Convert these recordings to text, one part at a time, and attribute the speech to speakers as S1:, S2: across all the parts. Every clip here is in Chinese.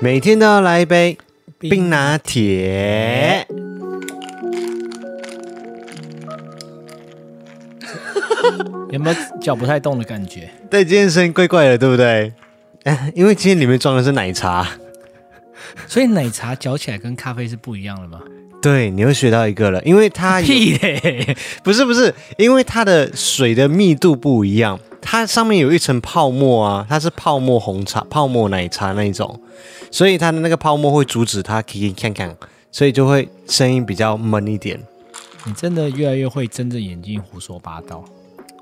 S1: 每天都要来一杯冰拿铁。
S2: 有没有脚不太动的感觉？
S1: 对，今天声音怪怪的，对不对？ 哎因为今天里面装的是奶茶。
S2: 所以奶茶嚼起来跟咖啡是不一样的吗？
S1: 对，你又学到一个了，因为它有
S2: 屁嘞！
S1: 不是不是，因为它的水的密度不一样，它上面有一层泡沫啊，它是泡沫红茶、泡沫奶茶那一种，所以它的那个泡沫会阻止它咳咳看看，所以就会声音比较闷一点。
S2: 你真的越来越会睁着眼睛胡说八道。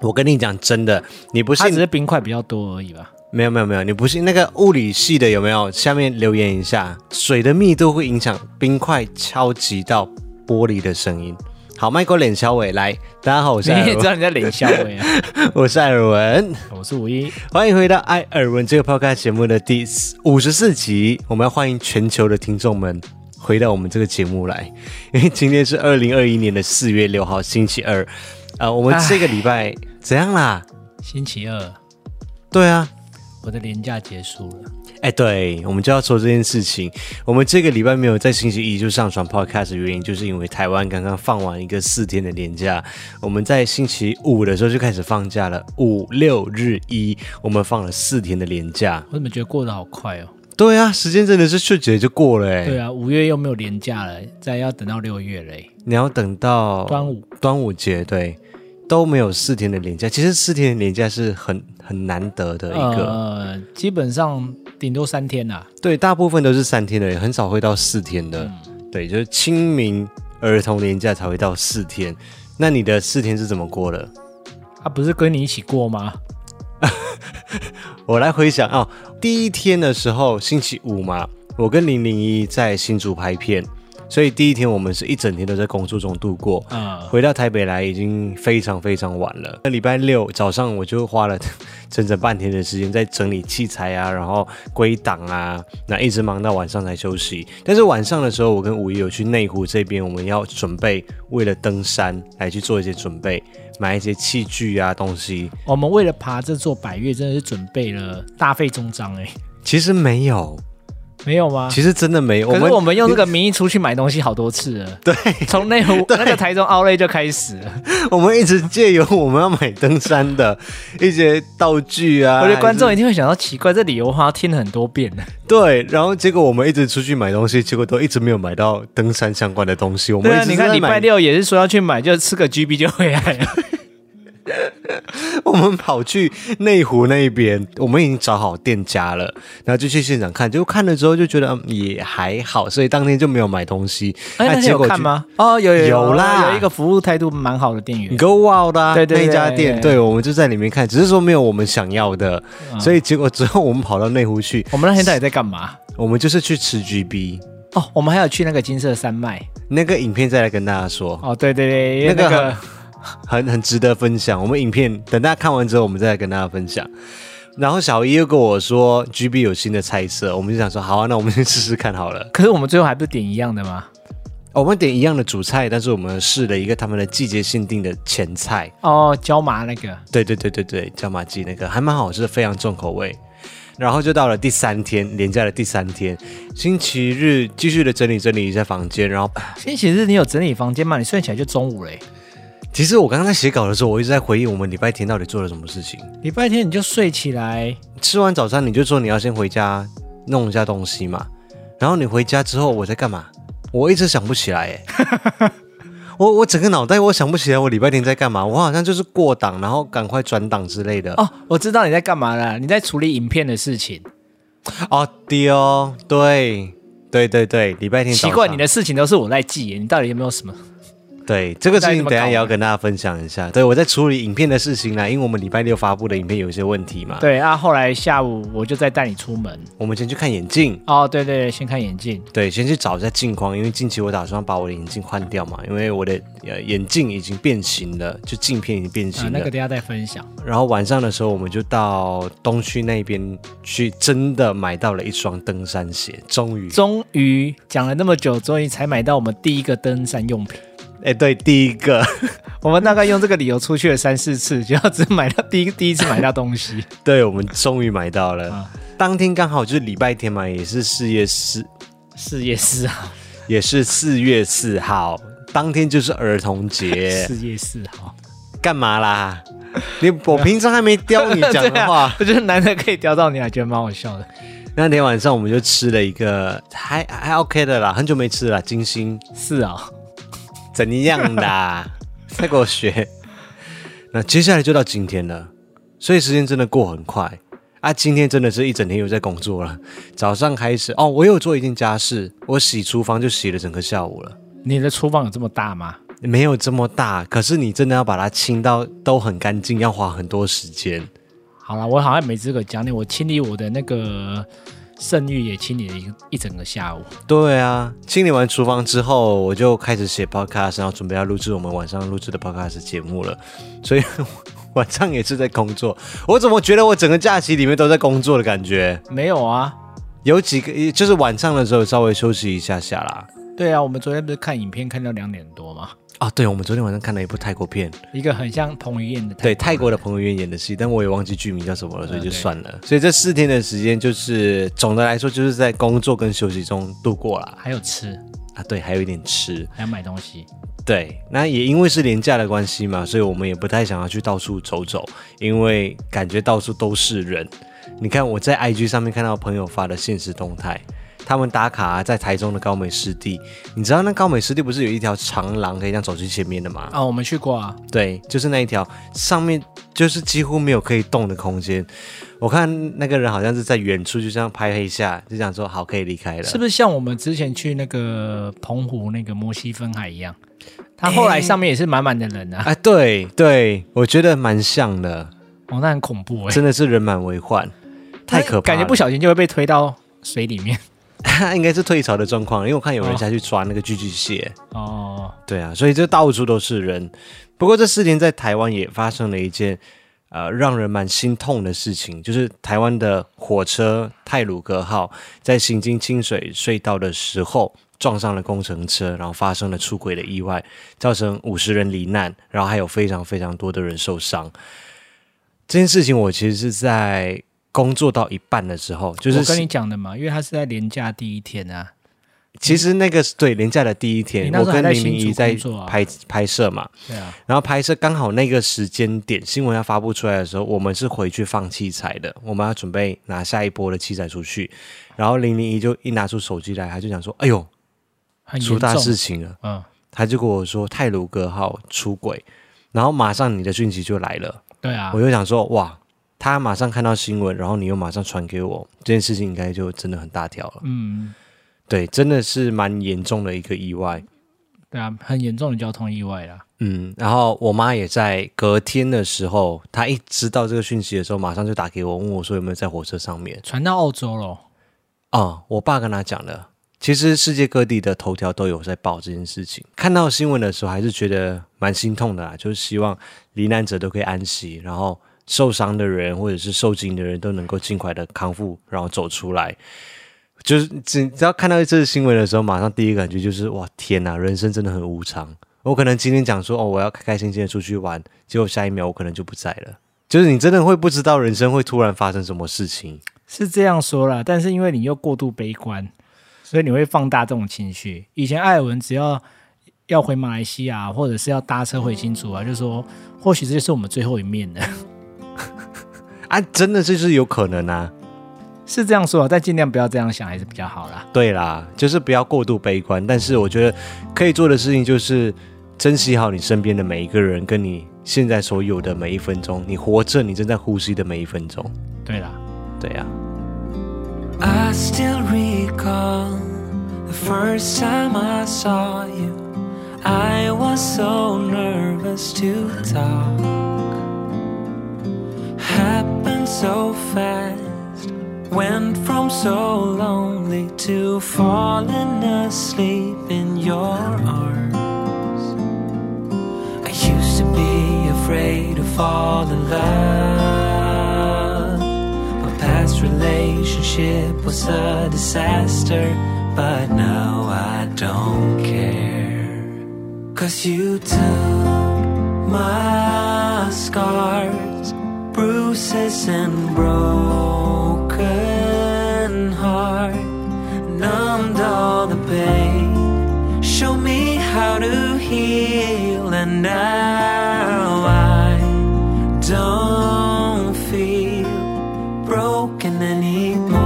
S1: 我跟你讲真的，你不
S2: 它只
S1: 信？
S2: 是冰块比较多而已吧？
S1: 没有没有没有，你不信？那个物理系的有没有？下面留言一下，水的密度会影响冰块敲击到玻璃的声音。好，麦哥脸小伟来，大家好，我
S2: 你
S1: 是艾
S2: 也
S1: 尔
S2: 知
S1: 文，
S2: 道你在冷笑 我呀。
S1: 我是艾尔文。
S2: 我是五一，
S1: 欢迎回到《艾尔文》这个 podcast 节目的第五十四集，我们要欢迎全球的听众们回到我们这个节目来，因为今天是二零二一年的四月六号星期二，呃，我们这个礼拜怎样啦？
S2: 星期二
S1: 对啊，
S2: 我的年假结束了。
S1: 哎，对，我们就要说这件事情。我们这个礼拜没有在星期一就上传 podcast 的原因，就是因为台湾刚刚放完一个四天的年假，我们在星期五的时候就开始放假了，五六日一，我们放了四天的年假。
S2: 我怎么觉得过得好快哦？
S1: 对啊，时间真的是瞬间就过了哎。
S2: 对啊，五月又没有年假了，再要等到六月嘞。
S1: 你要等到
S2: 端午
S1: 端午节，对，都没有四天的连假。其实四天的连假是很很难得的一个，
S2: 呃，基本上顶多三天啦、啊
S1: 对，大部分都是三天的，很少会到四天的。对，就是清明儿童连假才会到四天。那你的四天是怎么过的？
S2: 啊，不是跟你一起过吗？
S1: 我来回想哦，第一天的时候，星期五嘛，我跟零零一在新竹拍片，所以第一天我们是一整天都在工作中度过。
S2: 呃，
S1: 回到台北来已经非常非常晚了。那礼拜六早上我就花了 整整半天的时间在整理器材啊，然后归档啊，那一直忙到晚上才休息。但是晚上的时候，我跟五一有去内湖这边，我们要准备为了登山来去做一些准备，买一些器具啊东西。
S2: 我们为了爬这座百越，真的是准备了大费周章哎、
S1: 其实没有，
S2: 没有吗？
S1: 其实真的没有。
S2: 啊可是
S1: 们
S2: 我们用这个名义出去买东西好多次了，
S1: 对，
S2: 从内湖那个台中奥莱就开始了。
S1: 我们一直借由我们要买登山的一些道具啊，
S2: 我觉得
S1: 还
S2: 观
S1: 是
S2: 众一定会想到奇怪，这理由我好像听了很多遍了。
S1: 对，然后结果我们一直出去买东西，结果都一直没有买到登山相关的东西。我们
S2: 对啊，
S1: 一直
S2: 你
S1: 在
S2: 看礼
S1: 买
S2: 拜，六也是说要去买，就吃个 GB 就回来了。
S1: 我们跑去内湖那一边，我们已经找好店家了，然后就去现场看，结果看了之后就觉得、嗯、也还好，所以当天就没有买东西。
S2: 哎，那
S1: 啊
S2: 天
S1: 结
S2: 有
S1: 果
S2: 看
S1: 就
S2: 吗？哦，有有
S1: 有啦
S2: 有一个服务态度蛮好的店员，
S1: ？Go Wild 啊，
S2: 对对对
S1: 那一家店，
S2: 对嗯
S1: 对我们就在里面看，只是说没有我们想要的，所以结果之后我们跑到内湖去，
S2: 我们那天到底在干嘛？
S1: 我们就是去吃 GB。
S2: 哦，我们还有去那个金色山脉。
S1: 那个影片再来跟大家说，
S2: 哦，对对对，因为
S1: 那
S2: 那
S1: 个
S2: 个
S1: 很很值得分享。我们影片等大家看完之后，我们再来跟大家分享。然后小一又跟我说 GB 有新的菜色，我们就想说好啊，那我们去试试看好了。哦
S2: 可是我们最后还不是点一样的吗？
S1: 我们点一样的主菜，但是我们试了一个他们的季节限定的前菜，
S2: 哦，椒麻那个，
S1: 对对对对对，椒麻鸡那个还蛮好吃的，非常重口味。然后就到了第三天，连假的第三天，星期日继续的整理整理一下房间，然后
S2: 星期日你有整理房间吗？你睡起来就中午嘞、欸
S1: 其实我刚刚在写稿的时候，我一直在回忆我们礼拜天到底做了什么事情。
S2: 礼拜天你就睡起来，
S1: 吃完早餐你就说你要先回家弄一下东西嘛，然后你回家之后我在干嘛？我一直想不起来 哎、我我整个脑袋我想不起来我礼拜天在干嘛，我好像就是过档，然后赶快转档之类的。哦
S2: 哦，我知道你在干嘛了，你在处理影片的事情。
S1: 哦对哦，对对对对，礼拜天早
S2: 奇
S1: 上
S2: 怪，你的事情都是我在记耶，你到底有没有什么？
S1: 对这个事情等一下也要
S2: 脑袋这么搞啊
S1: 跟大家分享一下。对我在处理影片的事情啦，啊因为我们礼拜六发布的影片有一些问题嘛。，
S2: 对啊，后来下午我就再带你出门。
S1: 我们先去看眼镜。
S2: 哦，对对，对先看眼镜。啊
S1: 对，先去找一下镜框，因为近期我打算把我的眼镜换掉嘛，因为我的呃眼镜已经变形了，就镜片已经变
S2: 啊、
S1: 形了。
S2: 那个等一下再分享。
S1: 然后晚上的时候，我们就到东区那边去，真的买到了一双登山鞋，终于，
S2: 终于讲了那么久，终于才买到我们第一个登山用品。
S1: 哎，对，第一个，
S2: 我们大概用这个理由 出去了三四次，就要只买到第一第一次买到东西。
S1: 对我们终于买到了。
S2: 啊
S1: 当天刚好就是礼拜天嘛，也是四月四，
S2: 是也是啊，
S1: 也是四月四号，当天就是儿童节，
S2: 是也是好。
S1: 干嘛啦？你我平常还没刁你 讲
S2: 对
S1: 的
S2: 啊
S1: 话，
S2: 我觉得男的可以钓到你，还啊觉得蛮好笑的。
S1: 那天晚上我们就吃了一个还还 OK 的啦，很久没吃了啦，金星
S2: 是啊，
S1: 怎样啊啦？再给我学。那接下来就到今天了，所以时间真的过很快啊！今天真的是一整天又在工作了。早上开始哦，我有做一件家事，我洗厨房就洗了整个下午了。
S2: 你的厨房有这么大吗？
S1: 没有这么大，可是你真的要把它清到都很干净，要花很多时间。
S2: 好了，我好像没资格讲你，我清理我的那个圣域也清理了一个一整个下午。
S1: 对啊，清理完厨房之后，我就开始写 podcast，然后准备要录制我们晚上录制的 podcast 节目了。所以 晚上也是在工作。我怎么觉得我整个假期里面都在工作的感觉？
S2: 没有啊，
S1: 有几个就是晚上的时候稍微休息一下下啦。
S2: 对啊，我们昨天不是看影片看到两点多吗？
S1: 啊，对，我们昨天晚上看了一部泰国片，
S2: 一个很像彭于晏的
S1: 对，泰国的朋友演演的戏，但我也忘记剧名叫什么了，所以
S2: 嗯
S1: 就
S2: 对
S1: 算了。所以这四天的时间，就是总的来说就是在工作跟休息中度过啦。
S2: 还有吃，
S1: 啊，对，还有一点吃。
S2: 还有买东西。
S1: 对，那也因为是廉价的关系嘛，所以我们也不太想要去到处走走，因为感觉到处都是人。你看我在 IG 上面看到朋友发的现实动态，他们打卡、在台中的高美湿地，你知道那高美湿地不是有一条长廊可以这样走去前面的吗？
S2: 啊，我们去过啊，
S1: 对，就是那一条，上面就是几乎没有可以动的空间。我看那个人好像是在远处就这样拍了一下，就想说好可以离开了。
S2: 是不是像我们之前去那个澎湖那个摩西分海一样？它后来上面也是满满的人啊，
S1: 啊，对对，我觉得蛮像的，
S2: 哦，那很恐怖哎、
S1: 真的是人满为患，太可怕了。
S2: 感觉不小心就会被推到水里面。
S1: 他 应该是退潮的状况，因为我看有人下去抓那个巨巨蟹。
S2: 哦，
S1: 对啊，所以这到处都是人。不过这四天在台湾也发生了一件呃让人蛮心痛的事情，就是台湾的火车泰鲁格号在行经清水隧道的时候撞上了工程车，然后发生了出轨的意外，造成五十人罹难，然后还有非常非常多的人受伤。这件事情我其实是在工作到一半的时候，就是
S2: 我跟你讲的嘛，因为它是在廉价第一天啊，
S1: 其实那个是对廉价的第一
S2: 你
S1: 天，
S2: 那时
S1: 我
S2: 候还
S1: 跟
S2: 在
S1: 林明
S2: 新
S1: 仪
S2: 竹
S1: 在
S2: 工作啊
S1: 拍拍摄嘛，
S2: 对啊，
S1: 然后拍摄刚好那个时间点，新闻要发布出来的时候，我们是回去放器材的，我们要准备拿下一波的器材出去。然后零零一就一拿出手机来，他就想说：“哎呦，
S2: 很
S1: 出
S2: 啊严
S1: 大
S2: 重
S1: 事。情了
S2: 嗯，！”
S1: 他就跟我说泰鲁格号出轨，然后马上你的讯息就来了，
S2: 对啊
S1: 我，就想说：“哇，他马上看到新闻，然后你又马上传给我，这件事情应该就真的很大条了。
S2: 嗯，”
S1: 对，真的是蛮严重的一个意外。
S2: 对啊，很严重的交通意外啦。
S1: 嗯，然后我妈也在隔天的时候，她一知道这个讯息的时候，马上就打给我，问我说有没有在火车上面。
S2: 传到澳洲咯，
S1: 啊、我爸跟她讲的。其实世界各地的头条都有在报这件事情。看到新闻的时候，还是觉得蛮心痛的啦，就是希望罹难者都可以安息，然后受伤的人或者是受惊的人都能够尽快的康复，然后走出来。就是只只要看到这个新闻的时候，马上第一个感觉就是哇天哪，人生真的很无常。我可能今天讲说哦，我要开开心心的出去玩，结果下一秒我可能就不在了。就是你真的会不知道人生会突然发生什么事情。
S2: 是这样说啦，但是因为你又过度悲观，所以你会放大这种情绪。以前艾尔文只要要回马来西亚，或者是要搭车回新竹啊，就说或许这就是我们最后一面了，
S1: 啊，真的就是有可能啊。
S2: 是这样说啊，但尽量不要这样想，还是比较好啦。
S1: 对啦，就是不要过度悲观，但是我觉得可以做的事情就是珍惜好你身边的每一个人，跟你现在所有的每一分钟，你活着，你正在呼吸的每一分钟。
S2: 对啦，
S1: 对啊呀、
S3: I still recall the first time I saw you. I was so nervous to talk. Happened so fast. Went from so lonely to falling asleep in your arms. I used to be afraid to fall in love. My past relationship was a disaster, but now I don't care. Cause you took my scars, bruises, and broken heal, and now I don't feel broken anymore.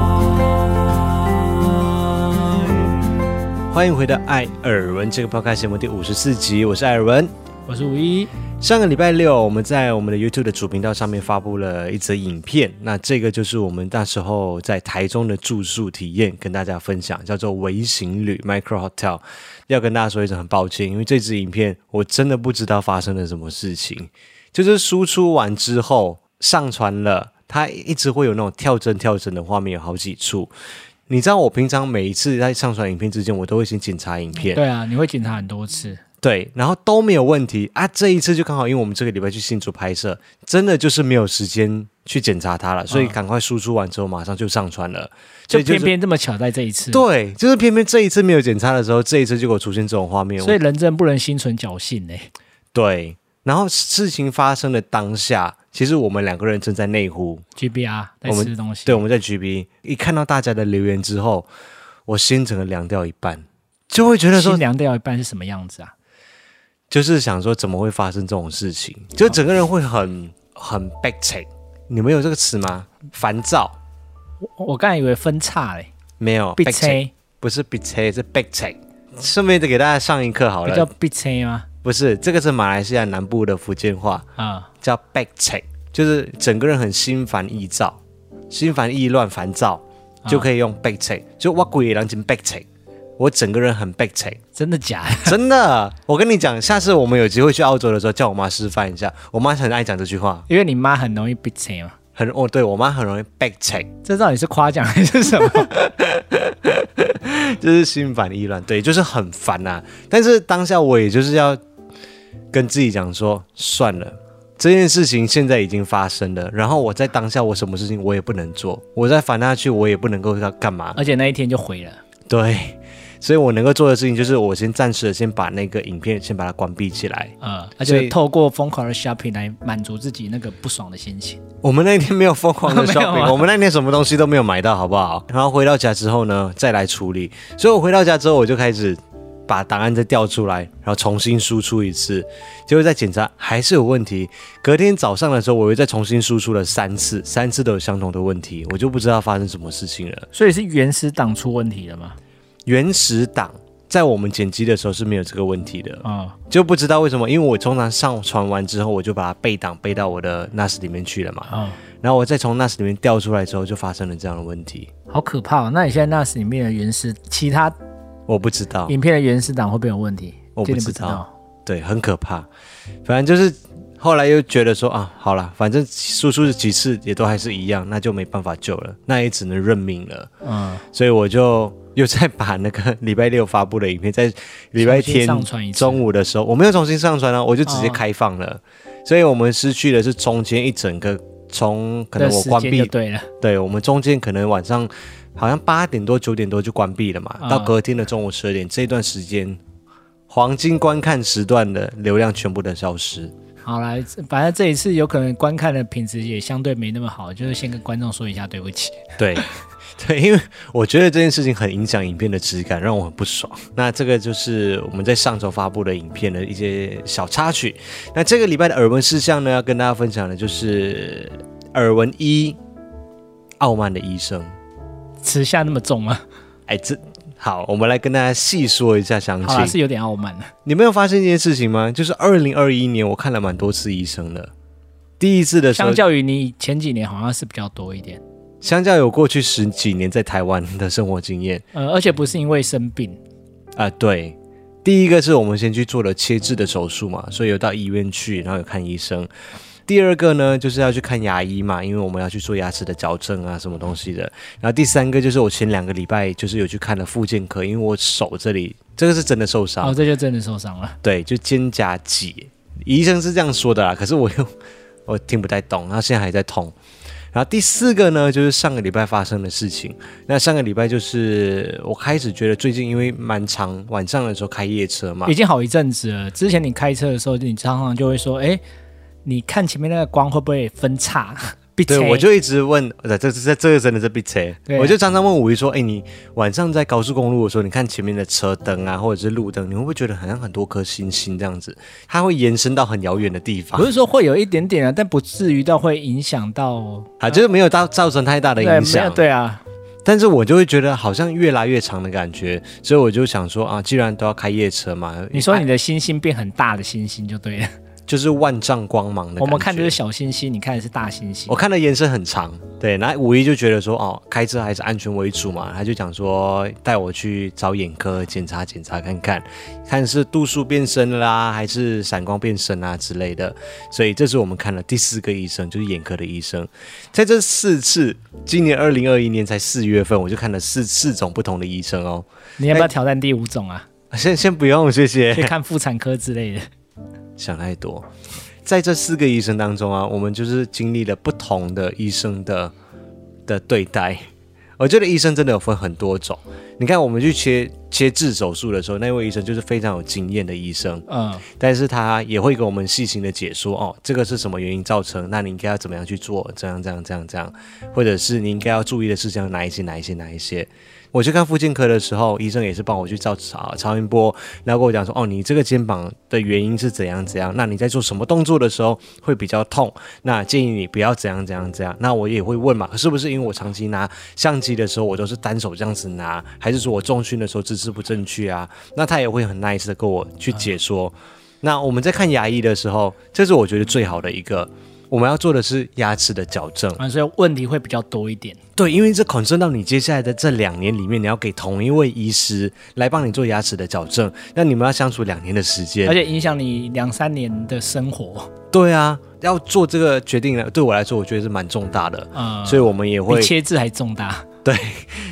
S1: 欢迎回到艾尔文这个 podcast 节目第五十四集，我是艾尔文。
S2: 我是五一，
S1: 上个礼拜六，我们在我们的 YouTube 的主频道上面发布了一则影片，那这个就是我们那时候在台中的住宿体验，跟大家分享，叫做微型旅 （Micro Hotel）。要跟大家说一声很抱歉，因为这支影片我真的不知道发生了什么事情，就是输出完之后上传了，它一直会有那种跳帧跳帧的画面，有好几处。你知道我平常每一次在上传影片之前，我都会先检查影片，
S2: 对啊，你会检查很多次，
S1: 对，然后都没有问题啊。这一次就刚好，因为我们这个礼拜去新竹拍摄，真的就是没有时间去检查它了，所以赶快输出完之后马上就上传了。所
S2: 啊就
S1: 以就是
S2: 偏偏这么巧在这一次，，
S1: 对，就是偏偏这一次没有检查的时候，这一次就给我出现这种画面。
S2: 所以
S1: 我
S2: 人真不能心存侥幸哎、
S1: 对，然后事情发生的当下，其实我们两个人正在内湖，
S2: GBR 在
S1: 我们
S2: 吃东西，
S1: 对，我们在 GB，一看到大家的留言之后，我心整个凉掉一半，就会觉得说
S2: 心凉掉一半是什么样子啊？
S1: 就是想说怎么会发生这种事情，就整个人会很很 back check，你们有这个词吗？烦躁
S2: 我我刚才以为分叉嘞，
S1: 没有
S2: 必
S1: back check，
S2: 车
S1: 不是 back check，是 back check。顺便再给大家上一课好
S2: 不叫
S1: 了，
S2: 必车吗？
S1: 不是这个是马来西亚南部的福建话，
S2: 啊、
S1: 叫 back check，就是整个人很心烦意躁、心烦意乱、烦躁，就可以用 back check，就我鬼狼精 back check，我整个人很 back check。
S2: 真的假的？
S1: 真的，我跟你讲，下次我们有机会去澳洲的时候，叫我妈示范一下。我妈很爱讲这句话，
S2: 因为你妈很容易必车嘛，
S1: 很哦，对我妈很容易 back check，
S2: 这到底是夸奖还是什 么？
S1: 就是心烦意乱，对，就是很烦呐、但是当下我也就是要跟自己讲说，算了，这件事情现在已经发生了，然后我在当下我什么事情我也不能做，我再烦下去我也不能够要干嘛，
S2: 而且那一天就毁了，
S1: 对，所以我能够做的事情就是我先暂时的先把那个影片先把它关闭起来。
S2: 呃，而
S1: 所
S2: 且
S1: 以
S2: 透过疯狂的 shopping 来满足自己那个不爽的心情。
S1: 我们那天没有疯狂的
S2: 没有
S1: shopping，、
S2: 啊
S1: 我们那天什么东西都没有买到，好不好？然后回到家之后呢，再来处理。所以我回到家之后，我就开始把档案再调出来，然后重新输出一次，结果再检查还是有问题。隔天早上的时候，我又再重新输出了三次，三次都有相同的问题，我就不知道发生什么事情了。
S2: 所以是原始档出问题了吗？
S1: 原始档在我们剪辑的时候是没有这个问题的，
S2: 啊、
S1: 就不知道为什么，因为我通常上传完之后，我就把它背档背到我的 NAS 里面去了嘛。
S2: 啊、
S1: 然后我再从 NAS 里面调出来之后，就发生了这样的问题。
S2: 好可怕、哦！那你现在 NAS 里面的原始，其他
S1: 我不知道，
S2: 影片的原始档会不会有问题？
S1: 我不
S2: 这你
S1: 知
S2: 不
S1: 道对，很可怕。反正就是后来又觉得说啊，好了，反正输出几次也都还是一样，那就没办法救了，那也只能认命了。
S2: 嗯，
S1: 所以我就又再把那个礼拜六发布的影片，在礼拜天
S2: 重新上传一次
S1: 中午的时候，我没有重新上传啊，我就直接开放了。所以我们失去的是中间一整个从可能
S2: 这
S1: 我
S2: 时
S1: 关
S2: 间
S1: 闭
S2: 就对了，
S1: 对，我们中间可能晚上好像八点多九点多就关闭了嘛，
S2: 啊
S1: 到隔天的中午十二点这一段时间，黄金观看时段的流量全部的消失。
S2: 好啦，反正这一次有可能观看的品质也相对没那么好，就是先跟观众说一下对不起。
S1: 对， 对，因为我觉得这件事情很影响影片的质感，让我很不爽。那这个就是我们在上周发布的影片的一些小插曲。那这个礼拜的耳闻事项呢，要跟大家分享的就是耳闻一，傲慢的医生。
S2: 词下那么重吗？
S1: 哎，这好，我们来跟大家细说一下详
S2: 好
S1: 情
S2: 啦，。是有点傲慢了。
S1: 你没有发现一件事情吗？就是二零二一年，我看了蛮多次医生的。第一次的时候，相
S2: 相
S1: 较
S2: 较于你前几年好像是比较多一点，
S1: 有过去十几年在台湾的生活经验
S2: 呃，而且不是因为生病，
S1: 啊、对，第一个是我们先去做了切痣的手术嘛，所以有到医院去，然后有看医生。第二个呢，就是要去看牙医嘛，因为我们要去做牙齿的矫正啊，什么东西的。然后第三个就是我前两个礼拜就是有去看了复健科，因为我手这里这个是真的受伤
S2: 哦，，这就真的受伤了。
S1: 对，就肩胛脊，医生是这样说的啦，可是我又我听不太懂，啊他现在还在痛。然后第四个呢，就是上个礼拜发生的事情。那上个礼拜就是我开始觉得最近因为蛮长，晚上的时候开夜车嘛
S2: 已，经好一阵子了。之前你开车的时候，你常常就会说，哎，你看前面那个光会不会分叉？ 必
S1: 对，
S2: 切
S1: 我就一直问，呃这这这个真的是必车
S2: 对，啊
S1: 我就常常问五一说，哎，你晚上在高速公路的时候，你看前面的车灯啊，或者是路灯，你会不会觉得好像很多颗星星这样子？它会延伸到很遥远的地方
S2: 不，是说会有一点点啊，但不至于到会影响到
S1: 啊，就是没有到造成太大的
S2: 对
S1: 影
S2: 没
S1: 响
S2: 有。对啊，
S1: 但是我就会觉得好像越来越长的感觉，所以我就想说啊，既然都要开夜车嘛，
S2: 你说
S1: 哎
S2: 你的星星变很大的星星就对了。
S1: 就是万丈光芒的感觉。
S2: 我们看的是小星星，你看的是大星星
S1: 我。看的延伸很长，对，那五一就觉得说，哦，开车还是安全为主嘛，他就讲说带我去找眼科检查检查看看，看是度数变深了啦，还是散光变深啊之类的。所以这是我们看了第四个医生，就是眼科的医生。在这四次，今年二零二一年才四月份，我就看了四四种不同的医生哦。
S2: 你要不要挑战第五 种啊？
S1: 先先不用，谢谢
S2: 去。 看妇产科之类的。
S1: 想太多。在这四个医生当中啊，我们就是经历了不同的医生的的对待。我觉得医生真的有分很多种。你看，我们去切切痣手术的时候，那位医生就是非常有经验的医生，
S2: 嗯，
S1: 但是他也会给我们细心的解说哦，这个是什么原因造成，那你应该要怎么样去做，这样这样这样这样，或者是你应该要注意的事情有哪一些哪一些哪一些。我去看妇健科的时候，医生也是帮我去照超超音波，然后跟我讲说，哦，你这个肩膀的原因是怎样怎样，那你在做什么动作的时候会比较痛，那建议你不要怎样怎样怎样。那我也会问嘛，是不是因为我长期拿相机的时候，我都是单手这样子拿，还是说我重训的时候姿势不正确啊？那他也会很 nice 的跟我去解说。那我们在看牙医的时候，这是我觉得最好的一个，我们要做的是牙齿的矫正。
S2: 啊，所以问题会比较多一点。
S1: 对，因为这 concern 到你接下来的这两年里面，你要给同一位医师来帮你做牙齿的矫正，那你们要相处两年的时间
S2: 而。且影响你两三年的生活。
S1: 对啊，要做这个决定呢，对我来说，我觉得是蛮重大的。
S2: 呃，
S1: 所以我们也会
S2: 比，切字还重大。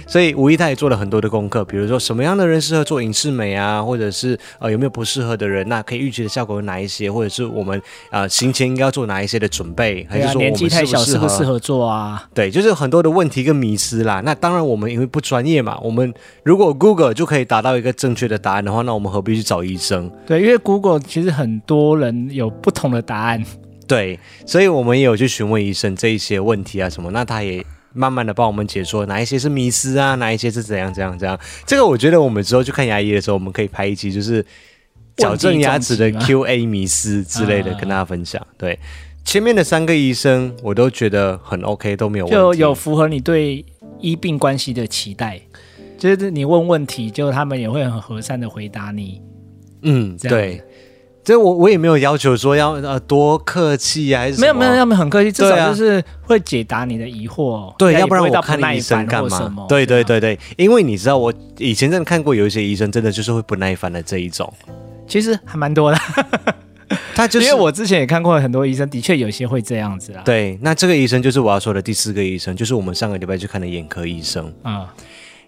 S1: 所以吴一他也做了很多的功课，比如说什么样的人适合做影视美啊，或者是呃有没有不适合的人，那可以预期的效果有哪一些，或者是我们呃行前应该要做哪一些的准备，还
S2: 对
S1: 是
S2: 啊，
S1: 说我
S2: 年
S1: 们
S2: 纪太小
S1: 适
S2: 是
S1: 不
S2: 不
S1: 适
S2: 适
S1: 合？
S2: 合做啊？
S1: 对，就是有很多的问题跟迷失啦。那当然，我们因为不专业嘛，我们如果 Google 就可以达到一个正确的答案的话，那我们何必去找医生？
S2: 对，因为 Google 其实很多人有不同的答案。
S1: 对，所以我们也有去询问医生这一些问题啊什么，那他也。慢慢的帮我们解说哪一些是迷失啊，哪一些是怎样怎样怎样。这个我觉得我们之后去看牙医的时候，我们可以拍一集，就是矫正牙齿的
S2: 问题
S1: Q&A 迷失之类的，
S2: 啊
S1: 跟大家分享。对，前面的三个医生我都觉得很 OK，都没有问题。
S2: 就有符合你对医病关系的期待。就是你问问题，就他们也会很和善的回答你。
S1: 嗯，
S2: 这样
S1: 对，这我我也没有要求说要呃多客气啊，还是什
S2: 没有没有，
S1: 么
S2: 他们很客气，至
S1: 对啊
S2: 少就是会解答你的疑惑。
S1: 对，要
S2: 但也
S1: 不
S2: 不
S1: 然
S2: 会
S1: 我
S2: 到
S1: 看
S2: 耐
S1: 医生
S2: 烦
S1: 干
S2: 或什
S1: 嘛
S2: 么？
S1: 对对
S2: 这样。
S1: 对对，因为你知道我以前真的看过有一些医生，真的就是会不耐烦的这一种，
S2: 其实还蛮多的，
S1: 他 就是
S2: 因为我之前也看过很多医生，的确有些会这样子啊啦。，
S1: 对，那这个医生就是我要说的第四个医生，就是我们上个礼拜去看的眼科医生。
S2: 嗯，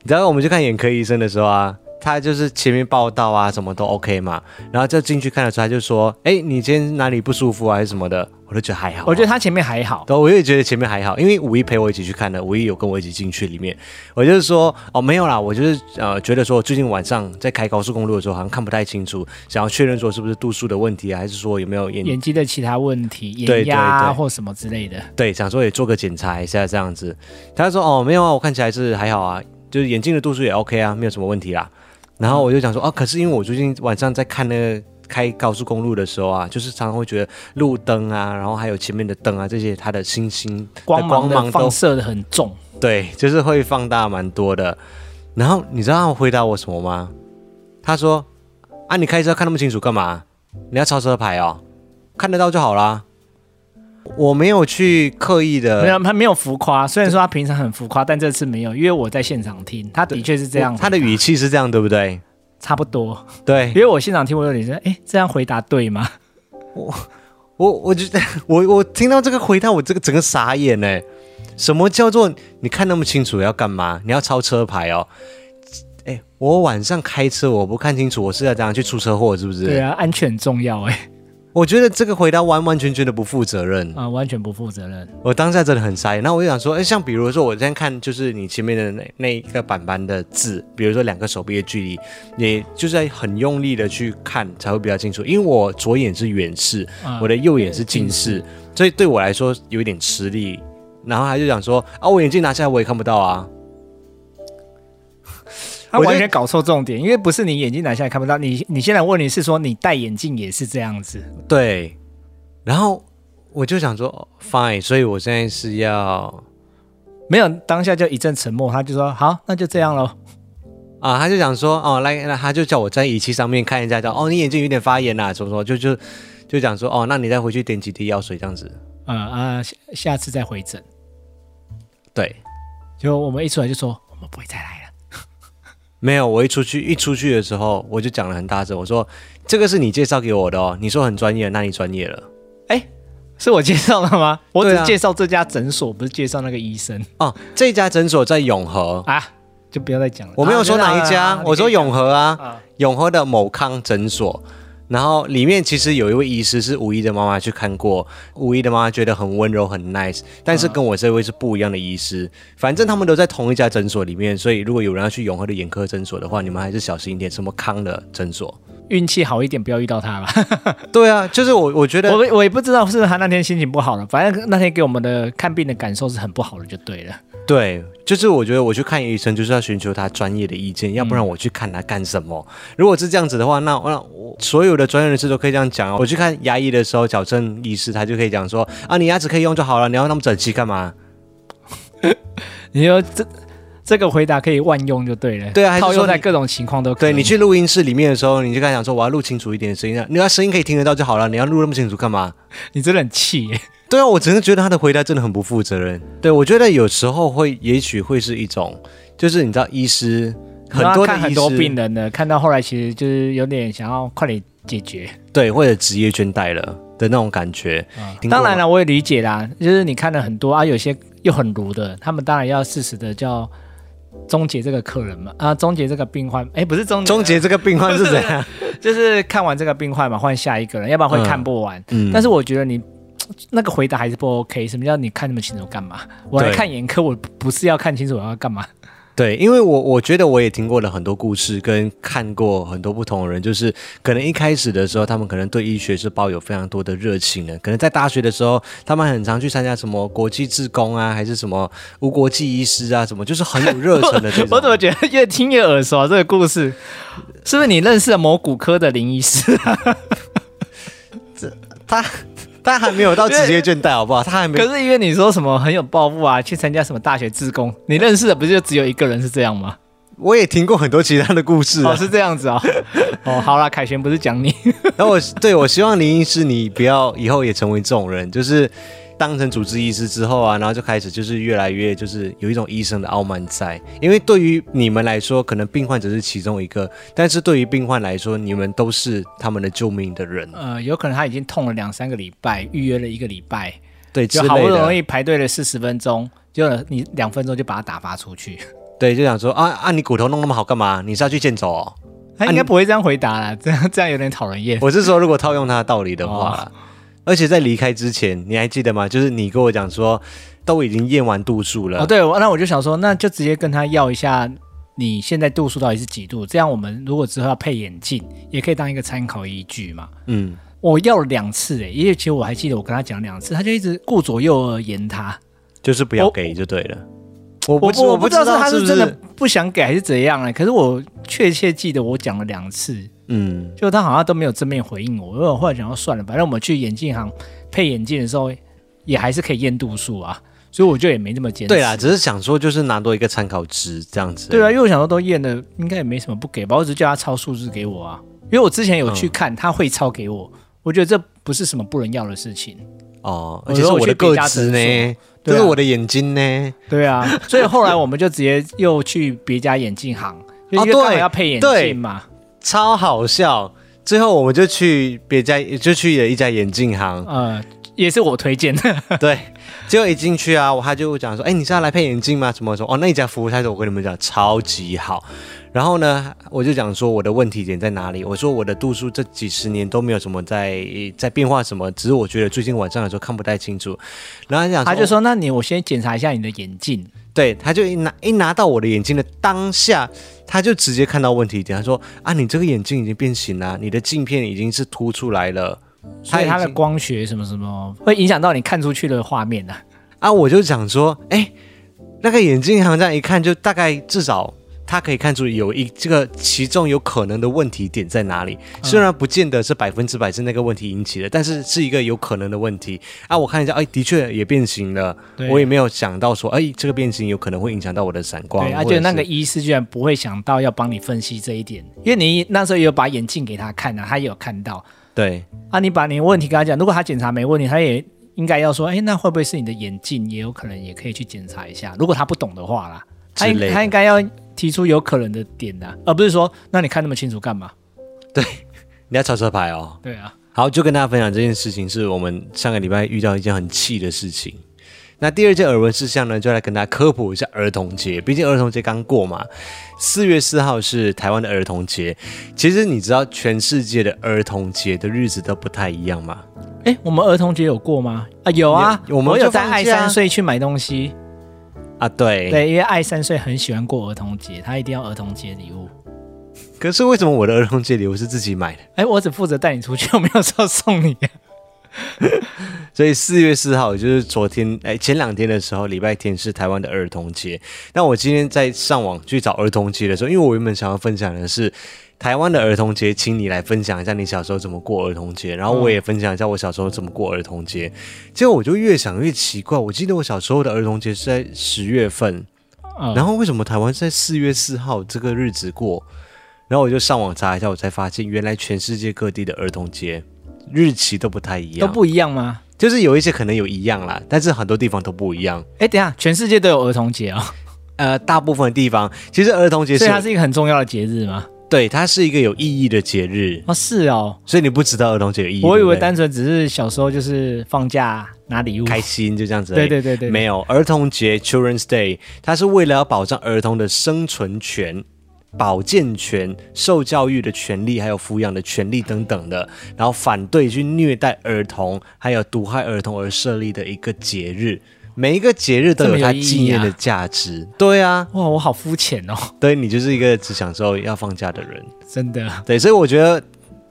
S1: 你知道我们去看眼科医生的时候啊，他就是前面报道啊，什么都 OK 嘛，然后就进去看的时候，他就说：“哎，你今天哪里不舒服啊，还是什么的？”我都觉得还好啊、
S2: 我觉得他前面还好，
S1: 对，我也觉得前面还好，因为五一陪我一起去看的，五一有跟我一起进去里面。我就是说，哦，没有啦，我就是呃，觉得说最近晚上在开高速公路的时候好像看不太清楚，想要确认说是不是度数的问题啊，还是说有没有眼
S2: 眼睛的其他问题，
S1: 对对
S2: 眼压啊
S1: 对
S2: 或什么之类的。
S1: 对，想说也做个检查一下这样子。他说哦，没有啊，我看起来是还好啊，就是眼镜的度数也 OK 啊，没有什么问题啦。然后我就想说哦，可是因为我最近晚上在看那个开高速公路的时候啊，就是常常会觉得路灯啊，然后还有前面的灯啊，这些它的星星的
S2: 光芒
S1: 光
S2: 的
S1: 芒都
S2: 放射的很重，
S1: 对，就是会放大蛮多的。然后你知道他回答我什么吗？他说：“啊，你开车看那么清楚干嘛？你要超车牌哦，看得到就好啦。”我没有去刻意
S2: 没
S1: 的，
S2: 有他没有浮夸，虽然说他平常很浮夸，但这次没有，因为我在现场听，他的确是这样回答，
S1: 他的嗯语气是这样，对不对？
S2: 差不多，
S1: 对
S2: 因为我现场听我有点说，哎，这样回答对吗？
S1: 我，我就 我我听到这个回答，我这个整个傻眼呢。什么叫做你看那么清楚要干嘛？你要超车牌哦？哎，我晚上开车我不看清楚，我是要怎样去出车祸？是不是？
S2: 对啊，安全很重要哎，
S1: 我觉得这个回答完完全全的不负责任。
S2: 啊，完全不负责任。
S1: 我当下真的很傻眼。那我就想说，哎，像比如说我今天看就是你前面的那那一个板板的字，比如说两个手臂的距离，你就是要很用力的去看才会比较清楚。因为我左眼是远视，
S2: 啊
S1: 我的右眼是近视，所以对我来说有一点吃力。然后他就讲说啊，我眼镜拿下来我也看不到啊。我
S2: 他
S1: 觉得
S2: 完全搞错重点，因为不是你眼睛拿下来看不到，你你现在问你是说你戴眼镜也是这样子，
S1: 对，然后我就想说哦 fine，所以我现在是要
S2: 没有当下就一阵沉默，他就说好，那就这样咯。
S1: 啊，他就想说哦，来，那他就叫我在仪器上面看一下，叫哦你眼睛有点发炎啦、什么什么，就就就讲说哦，那你再回去点几滴药水这样子。
S2: 呃啊，下下次再回诊。
S1: 对，
S2: 就我们一出来就说我们不会再来了，
S1: 没有，我一出去一出去的时候，我就讲了很大声，我说这个是你介绍给我的哦，你说很专业，那你专业了。
S2: 是我介绍的吗？我
S1: 对
S2: 只
S1: 啊
S2: 介绍这家诊所，不是介绍那个医生
S1: 哦，这家诊所在永和，
S2: 啊，就不要再讲了。
S1: 我没有说哪一家，
S2: 啊
S1: 我说永和啊，
S2: 啊
S1: 永和的某康诊所。然后里面其实有一位医师是吴一的妈妈去看过，吴一的妈妈觉得很温柔很 nice，但是跟我这位是不一样的医师。反正他们都在同一家诊所里面，所以如果有人要去永和的眼科诊所的话，你们还是小心一点，什么康的诊所。
S2: 运气好一点，不要遇到他吧。
S1: 对啊，就是我我觉得
S2: 我我也不知道是不是他那天心情不好了，反正那天给我们的看病的感受是很不好的，就对了。
S1: 对，就是我觉得我去看医生就是要寻求他专业的意见，要不
S2: 嗯
S1: 然我去看他干什么？如果是这样子的话，那那我所有的专业人士都可以这样讲哦。我去看牙医的时候，矫正医师他就可以讲说啊，你牙齿可以用就好了，你要那么整齐干嘛？
S2: 你说这这个回答可以万用就对了，
S1: 对啊还是
S2: 套
S1: 说
S2: 用在
S1: 你
S2: 各种情况都可以。
S1: 对你去录音室里面的时候，你就跟他讲说我要录清楚一点的声音啊，你要声音可以听得到就好了，你要录那么清楚干嘛？
S2: 你真的很气耶，
S1: 对啊，我只是觉得他的回答真的很不负责任。对我觉得有时候会，也许会是一种，就是你知道医师很
S2: 然后
S1: 多的
S2: 看很
S1: 医
S2: 多
S1: 师
S2: 病人呢，看到后来其实就是有点想要快点解决。
S1: 对或者职业倦怠了的那种感觉。听过
S2: 当
S1: 吗
S2: 然了，我也理解啦，就是你看了很多啊，有些又很儒的，他们当然要适时的叫终结这个客人嘛，啊，终结这个病患，哎，不是终结
S1: 终结这个病患是怎 样？
S2: 就是看完这个病患嘛，换下一个人，要不然会看不完。
S1: 嗯
S2: 但是我觉得你那个回答还是不 OK。什么叫你看那么清楚干嘛？我来
S1: 对
S2: 看眼科，我不是要看清楚我要干嘛？
S1: 对，因为我我觉得我也听过了很多故事，跟看过很多不同的人，就是可能一开始的时候，他们可能对医学是抱有非常多的热情的，可能在大学的时候，他们很常去参加什么国际志工啊，还是什么无国际医师啊，什么就是很有热忱的这
S2: 我怎
S1: 种。
S2: 么觉得越听越耳熟、啊？这个故事是不是你认识了某骨科的林医师？啊
S1: 他他还没有到职业倦怠，好不好？他还没
S2: 可是因为你说什么很有抱负啊，去参加什么大学志工，你认识的不是就只有一个人是这样吗？
S1: 我也听过很多其他的故事、啊
S2: 哦，。是这样子 哦。哦，好啦，凯旋不是讲你，
S1: 然后我对我希望林医师你不要以后也成为这种人，就是当成主治医师之后啊，然后就开始就是越来越就是有一种医生的傲慢在，因为对于你们来说，可能病患只是其中一个，但是对于病患来说，你们都是他们的救命的人，啊
S2: 呃，有可能他已经痛了两三个礼拜，预约了一个礼拜，
S1: 对之
S2: 就好
S1: 类
S2: 不容
S1: 的，
S2: 易排队了四十分钟，结果你两分钟就把它打发出去。
S1: 对，就想说啊啊，你骨头弄那么好干嘛？你是要去健走哦？
S2: 他应该不会这样回答啦，这样这样有点讨人厌。
S1: 我是说，如果套用他的道理的话
S2: 哦
S1: 啦，而且在离开之前，你还记得吗？就是你跟我讲说，都已经验完度数了，
S2: 哦，对，我那我就想说，那就直接跟他要一下你现在度数到底是几度，这样我们如果之后要配眼镜，也可以当一个参考依据嘛。
S1: 嗯，
S2: 我要了两次诶、欸因为其实我还记得我跟他讲两次，他就一直顾左右而言他。
S1: 就是不要
S2: 我
S1: 给就对了。我
S2: 我
S1: 不我
S2: 不
S1: 不
S2: 知道是他
S1: 是
S2: 是
S1: 不
S2: 真的
S1: 是
S2: 不想给还是怎样呢、欸可是我确切记得我讲了两次，
S1: 嗯，
S2: 就他好像都没有正面回应我。因为我后来想说算了，反正我们去眼镜行配眼镜的时候，也还是可以验度数啊，所以我就也没那么坚持。
S1: 对啦，只是想说就是拿多一个参考值这样子。
S2: 对啊，因为我想说都验了，应该也没什么不给吧，我只是叫他抄数字给我啊。因为我之前有
S1: 嗯
S2: 去看，他会抄给我，我觉得这不是什么不能要的事情。
S1: 哦，
S2: 我
S1: 而且是
S2: 说我
S1: 我的
S2: 去别
S1: 个
S2: 家
S1: 子
S2: 诊
S1: 呢，
S2: 对
S1: 这
S2: 啊
S1: 是我的眼睛呢。
S2: 对啊， 所以后来我们就直接又去别家眼镜行，就因为
S1: 哦对
S2: 刚好要配眼
S1: 对
S2: 镜嘛。
S1: 超好笑。最后我们就去别家，就去了一家眼镜行，
S2: 呃，也是我推荐的。
S1: 对，结果一进去啊，我他就讲说，哎、你是要来配眼镜吗？什么什么？哦，那一家服务态度我跟你们讲超级好。然后呢，我就讲说我的问题点在哪里？我说我的度数这几十年都没有什么在在变化什么，只是我觉得最近晚上的时候看不太清楚。然后他讲，
S2: 他就说：“那你我先检查一下你的眼镜。
S1: 对，他就一拿一拿到我的眼镜的当下，他就直接看到问题点，他说啊，你这个眼镜已经变形了，你的镜片已经是凸出来了。”
S2: 所以它
S1: 已
S2: 的
S1: 经
S2: 光学什么什么会影响到你看出去的画面的、啊。
S1: 啊，我就想说，哎、那个眼镜行这样一看，就大概至少他可以看出有一这个其中有可能的问题点在哪里。
S2: 嗯
S1: 虽然不见得是百分之百是那个问题引起的，但是是一个有可能的问题啊。我看一下，哎、的确也变形了，
S2: 对
S1: 我也没有想到说，哎、这个变形有可能会影响到我的闪光。
S2: 对，而
S1: 或者
S2: 且那
S1: 是
S2: 个医师居然不会想到要帮你分析这一点，因为你那时候也有把眼镜给他看啊，他也有看到
S1: 对
S2: 啊。你把你的问题跟他讲，如果他检查没问题，他也应该要说，哎，那会不会是你的眼镜？也有可能也可以去检查一下。如果他不懂的话啦，他应
S1: 之类的
S2: 他应该要提出有可能的点的、而不是说，那你看那么清楚干嘛？
S1: 你要超车牌哦。
S2: 对啊，
S1: 好，就跟大家分享这件事情，是我们上个礼拜遇到一件很气的事情。那第二件耳闻事项呢，就来跟大家科普一下儿童节，毕竟儿童节刚过嘛，四月四号是台湾的儿童节。其实你知道全世界的儿童节的日子都不太一样吗？
S2: 哎，我们儿童节有过吗？啊，有啊，
S1: 有我们
S2: 有
S1: 就
S2: 在
S1: 放
S2: 爱
S1: 假
S2: 三岁去买东西，
S1: 啊，对。
S2: 对，因为爱三岁很喜欢过儿童节，他一定要儿童节礼物。
S1: 可是为什么我的儿童节礼物是自己买的？
S2: 哎，我只负责带你出去，我没有说送你、
S1: 所以四月四号，也就是昨天，哎，前两天的时候，礼拜天是台湾的儿童节。那我今天在上网去找儿童节的时候，因为我原本想要分享的是台湾的儿童节，请你来分享一下你小时候怎么过儿童节，然后
S2: 嗯
S1: 我也分享一下我小时候怎么过儿童节。结果我就越想越奇怪，我记得我小时候的儿童节是在十月份，
S2: 嗯
S1: 然后为什么台湾是在四月四号这个日子过？然后我就上网查一下，我才发现原来全世界各地的儿童节日期都不太一
S2: 都
S1: 样，
S2: 不一样吗？
S1: 就是有一些可能有一样啦，但是很多地方都不一样。
S2: 哎，等一下，全世界都有儿童节哦，
S1: 呃，大部分地方其实儿童节
S2: 所
S1: 是
S2: 以它是一个很重要的节日吗？
S1: 对它是一个有意义的节日，
S2: 哦，是哦，
S1: 所以你不知道儿童节有意义。
S2: 我以
S1: 对不
S2: 为
S1: 对
S2: 单纯只是小时候就是放假拿礼物，
S1: 开心就这样子而
S2: 对
S1: 已。
S2: 对对对，
S1: 没有儿童节 （Children's Day），它是为了要保障儿童的生存权、保健权、受教育的权利，还有抚养的权利等等的，然后反对去虐待儿童，还有毒害儿童而设立的一个节日。每一个节日都有它纪念的价值。对啊，
S2: 哇，我好肤浅哦，
S1: 对你就是一个只享受要放假的人。
S2: 真的。啊
S1: 对，所以我觉得。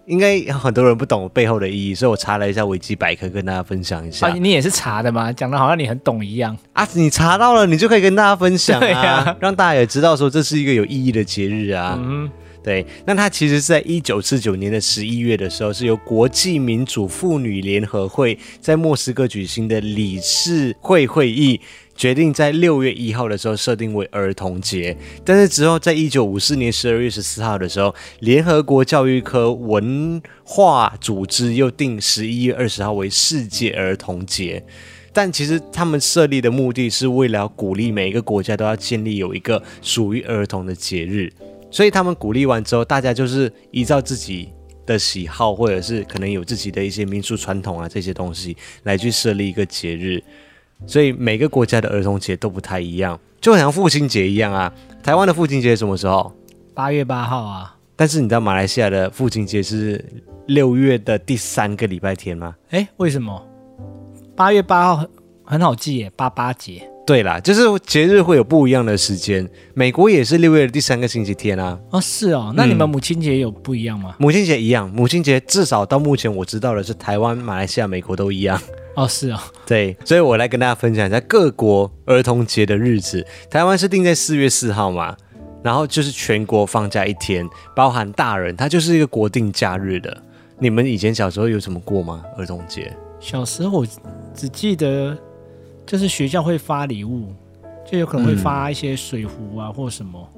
S1: 应该很多人不懂背后的意义，所以我查了一下维基百科，跟大家分享一下。
S2: 啊，你也是查的吗？讲的好像你很懂一样。
S1: 啊，你查到了，你就可以跟大家分享
S2: 对
S1: 啊，
S2: 啊
S1: 让大家也知道说这是一个有意义的节日啊。
S2: 嗯，
S1: 对，那它其实是在一九四九年的十一月的时候，是由国际民主妇女联合会在莫斯科举行的理事会会议。决定在六月一号的时候设定为儿童节，但是之后在一九五四年十二月十四号的时候，联合国教育科文化组织又定十一月二十号为世界儿童节。但其实他们设立的目的是为了要鼓励每一个国家都要建立有一个属于儿童的节日，所以他们鼓励完之后，大家就是依照自己的喜好，或者是可能有自己的一些民俗传统啊这些东西来去设立一个节日。所以每个国家的儿童节都不太一样，就好像父亲节一样啊。台湾的父亲节什么时候？
S2: 八月八号啊，
S1: 但是你知道马来西亚的父亲节是六月的第三个礼拜天吗？
S2: 哎，为什么？八月八号很很好记耶，八八节。
S1: 对啦，就是节日会有不一样的时间。美国也是六月的第三个星期天啊，
S2: 哦，是哦，那你
S1: 嗯
S2: 们母亲节有不一样吗？
S1: 母亲节一样。母亲节至少到目前我知道的是，台湾、马来西亚、美国都一样。
S2: 哦，是哦，
S1: 对，所以我来跟大家分享一下各国儿童节的日子。台湾是定在四月四号嘛，然后就是全国放假一天，包含大人，它就是一个国定假日的。你们以前小时候有怎么过吗？儿童节？
S2: 小时候我只记得，就是学校会发礼物，就有可
S1: 嗯
S2: 能会发一些水壶啊或什么。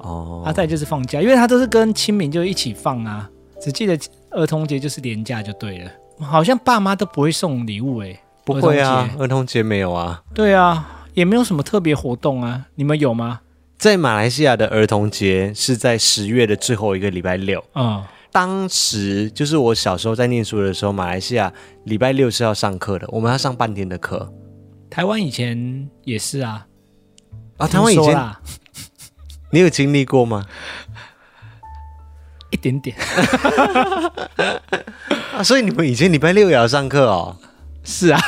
S1: 哦，
S2: 啊，再来就是放假，因为它都是跟清明就一起放啊。只记得儿童节就是连假就对了，好像爸妈都不会送礼物诶、
S1: 不会啊
S2: 儿，童
S1: 儿童节没有啊。
S2: 对啊，也没有什么特别活动啊。你们有吗？
S1: 在马来西亚的儿童节是在十月的最后一个礼拜六。
S2: 嗯，
S1: 当时就是我小时候在念书的时候，马来西亚礼拜六是要上课的，我们要上半天的课
S2: 台湾以前也是啊。
S1: 啊。台湾以
S2: 听说
S1: 前
S2: 啦
S1: 你有经历过吗？
S2: 一点 点
S1: 啊，所以你们以前礼拜六也要上课哦。
S2: 是啊，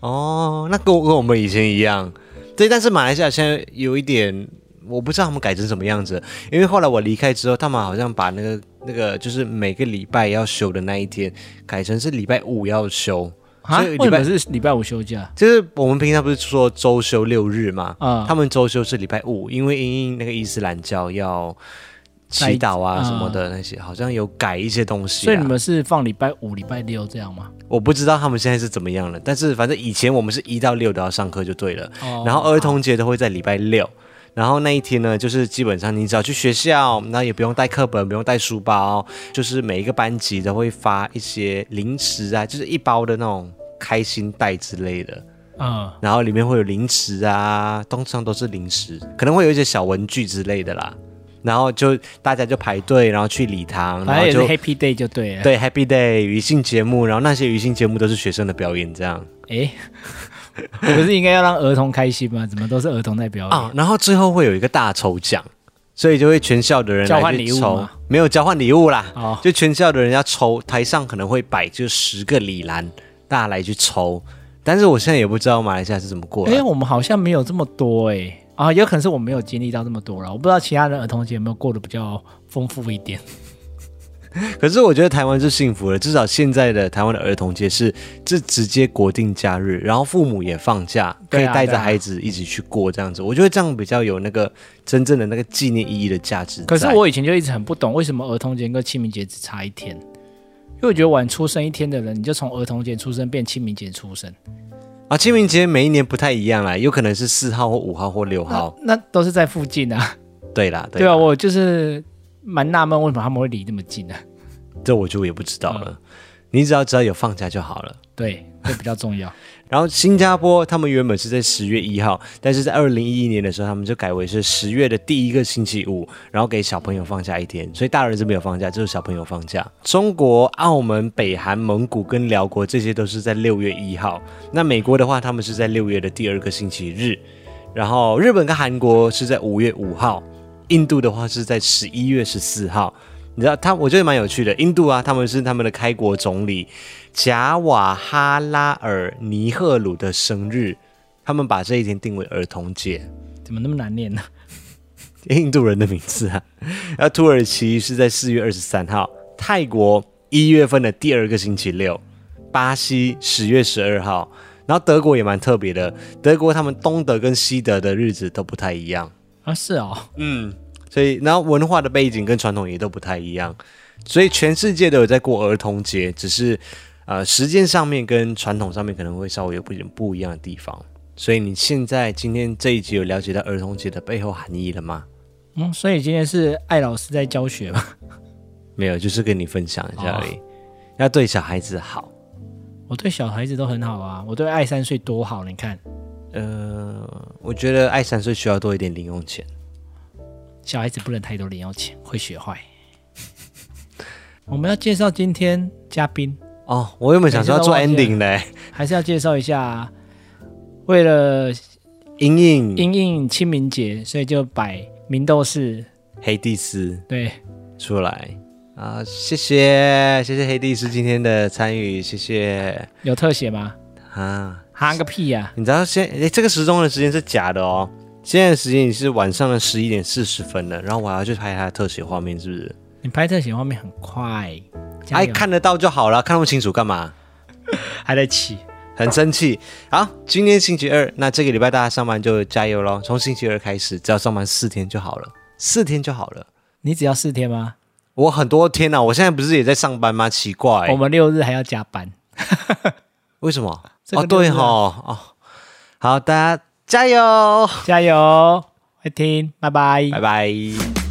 S1: 哦，那跟我跟我们以前一样，对，但是马来西亚现在有一点，我不知道他们改成什么样子，因为后来我离开之后，他们好像把那个那个就是每个礼拜要休的那一天改成是礼拜五要休，
S2: 啊？
S1: 所以
S2: 为
S1: 礼
S2: 什
S1: 拜
S2: 么是礼拜五休假？
S1: 就是啊我们平常不是说周休六日嘛，
S2: 啊
S1: 他们周休是礼拜五，因为因应那个伊斯兰教要祈祷啊
S2: 拜
S1: 什么的那些，好像有改一些东西、啊。
S2: 所以你们是放礼拜五、礼拜六这样吗？
S1: 我不知道他们现在是怎么样了，但是反正以前我们是一到六都要上课就对了，
S2: 哦
S1: 然后儿童节都会在礼拜六。然后那一天呢，就是基本上你只要去学校，那也不用带课本，不用带书包，就是每一个班级都会发一些零食啊，就是一包的那种开心袋之类的。
S2: 嗯，
S1: 然后里面会有零食啊，通常都是零食，可能会有一些小文具之类的啦。然后就大家就排队，然后去礼堂，然
S2: 反正
S1: 后
S2: 也是
S1: 就
S2: Happy Day 就对了。
S1: 对 Happy Day 娱性节目，然后那些娱性节目都是学生的表演这样
S2: 对， 哎，不是应该要让儿童开心吗？怎么都是儿童在表演？
S1: 啊、然后最后会有一个大抽奖，所以就会全校的人
S2: 交
S1: 来
S2: 换
S1: 去
S2: 礼物
S1: 抽
S2: 吗，
S1: 没有交换礼物啦，
S2: 哦
S1: 就全校的人要抽，台上可能会摆就十个礼篮，大家来去抽。但是我现在也不知道马来西亚是怎么过来
S2: 哎、我们好像没有这么多哎、啊，有可能是我没有经历到这么多了。我不知道其他人儿童节有没有过得比较丰富一点。
S1: 可是我觉得台湾是幸福的，至少现在的台湾的儿童节是是直接国定假日，然后父母也放假，可
S2: 对
S1: 以
S2: 啊
S1: 带着
S2: 对啊
S1: 孩子一起去过这样子。我觉得这样比较有那个真正的那个纪念意义的价值在。
S2: 可是我以前就一直很不懂，为什么儿童节跟清明节只差一天？因为我觉得晚出生一天的人，你就从儿童节出生变清明节出生，
S1: 啊，清明节每一年不太一样啦，有可能是四号或五号或六号。
S2: 那都是在附近啊。
S1: 对啦，
S2: 对
S1: 啦
S2: 啊，我就是蛮纳闷，为什么他们会离那么近呢、啊？
S1: 这我就也不知道
S2: 嗯
S1: 了。你只要知道有放假就好了。
S2: 对，这比较重要。
S1: 然后新加坡他们原本是在十月一号，但是在二零一一年的时候，他们就改为是十月的第一个星期五，然后给小朋友放假一天，所以大人是没有放假，就是小朋友放假。中国、澳门、北韩、蒙古跟辽国这些都是在六月一号，那美国的话，他们是在六月的第二个星期日，然后日本跟韩国是在五月五号，印度的话是在十一月十四号。你知道他，我觉得蛮有趣的。印度啊，他们是他们的开国总理贾瓦哈拉尔尼赫鲁的生日，他们把这一天定为儿童节，
S2: 怎么那么难念呢、
S1: 印度人的名字啊。然后土耳其是在四月二十三号，泰国一月份的第二个星期六，巴西十月十二号，然后德国也蛮特别的，德国他们东德跟西德的日子都不太一样。
S2: 啊，是哦，
S1: 嗯，所以然后文化的背景跟传统也都不太一样，所以全世界都有在过儿童节，只是呃时间上面跟传统上面可能会稍微有不一点不一样的地方。所以你现在今天这一集有了解到儿童节的背后含义了吗？
S2: 嗯，所以今天是艾老师在教学吧？
S1: 没有，就是跟你分享一下而已。要对小孩子好，
S2: 我对小孩子都很好啊，我对爱三岁多好，你看
S1: 呃，我觉得爱三岁需要多一点零用钱。
S2: 小孩子不能太多零用钱，会学坏。 我们要介绍今天嘉宾，
S1: 哦，我原本想说要做
S2: 每次都忘记
S1: ending 嘞，
S2: 还是要介绍一下，为了
S1: 莹莹、
S2: 因应清明节，所以就摆明斗士，
S1: 黑蒂斯。
S2: 对，
S1: 出来啊、谢谢谢谢黑帝师今天的参与，谢谢
S2: 有特写吗？
S1: 啊！
S2: 哈个屁呀、
S1: 你知道现诶这个时钟的时间是假的哦，现在的时间已是晚上的十一点四十分了，然后我还要去拍它的特写画面，是不是？
S2: 你拍特写画面很快，加
S1: 哎，
S2: 油，
S1: 看得到就好了，看不清楚干嘛？
S2: 还在起。
S1: 很生气。好，今天星期二，那这个礼拜大家上班就加油喽，从星期二开始，只要上班四天就好了，四天就好了。
S2: 你只要四天吗？
S1: 我很多天呐、我现在不是也在上班吗？奇怪、
S2: 我们六日还要加班。
S1: 为什么？
S2: 这个
S1: 哦，对
S2: 就是
S1: 哈，
S2: 啊
S1: 哦，好，大家加油，
S2: 加油，会听，拜拜，
S1: 拜拜。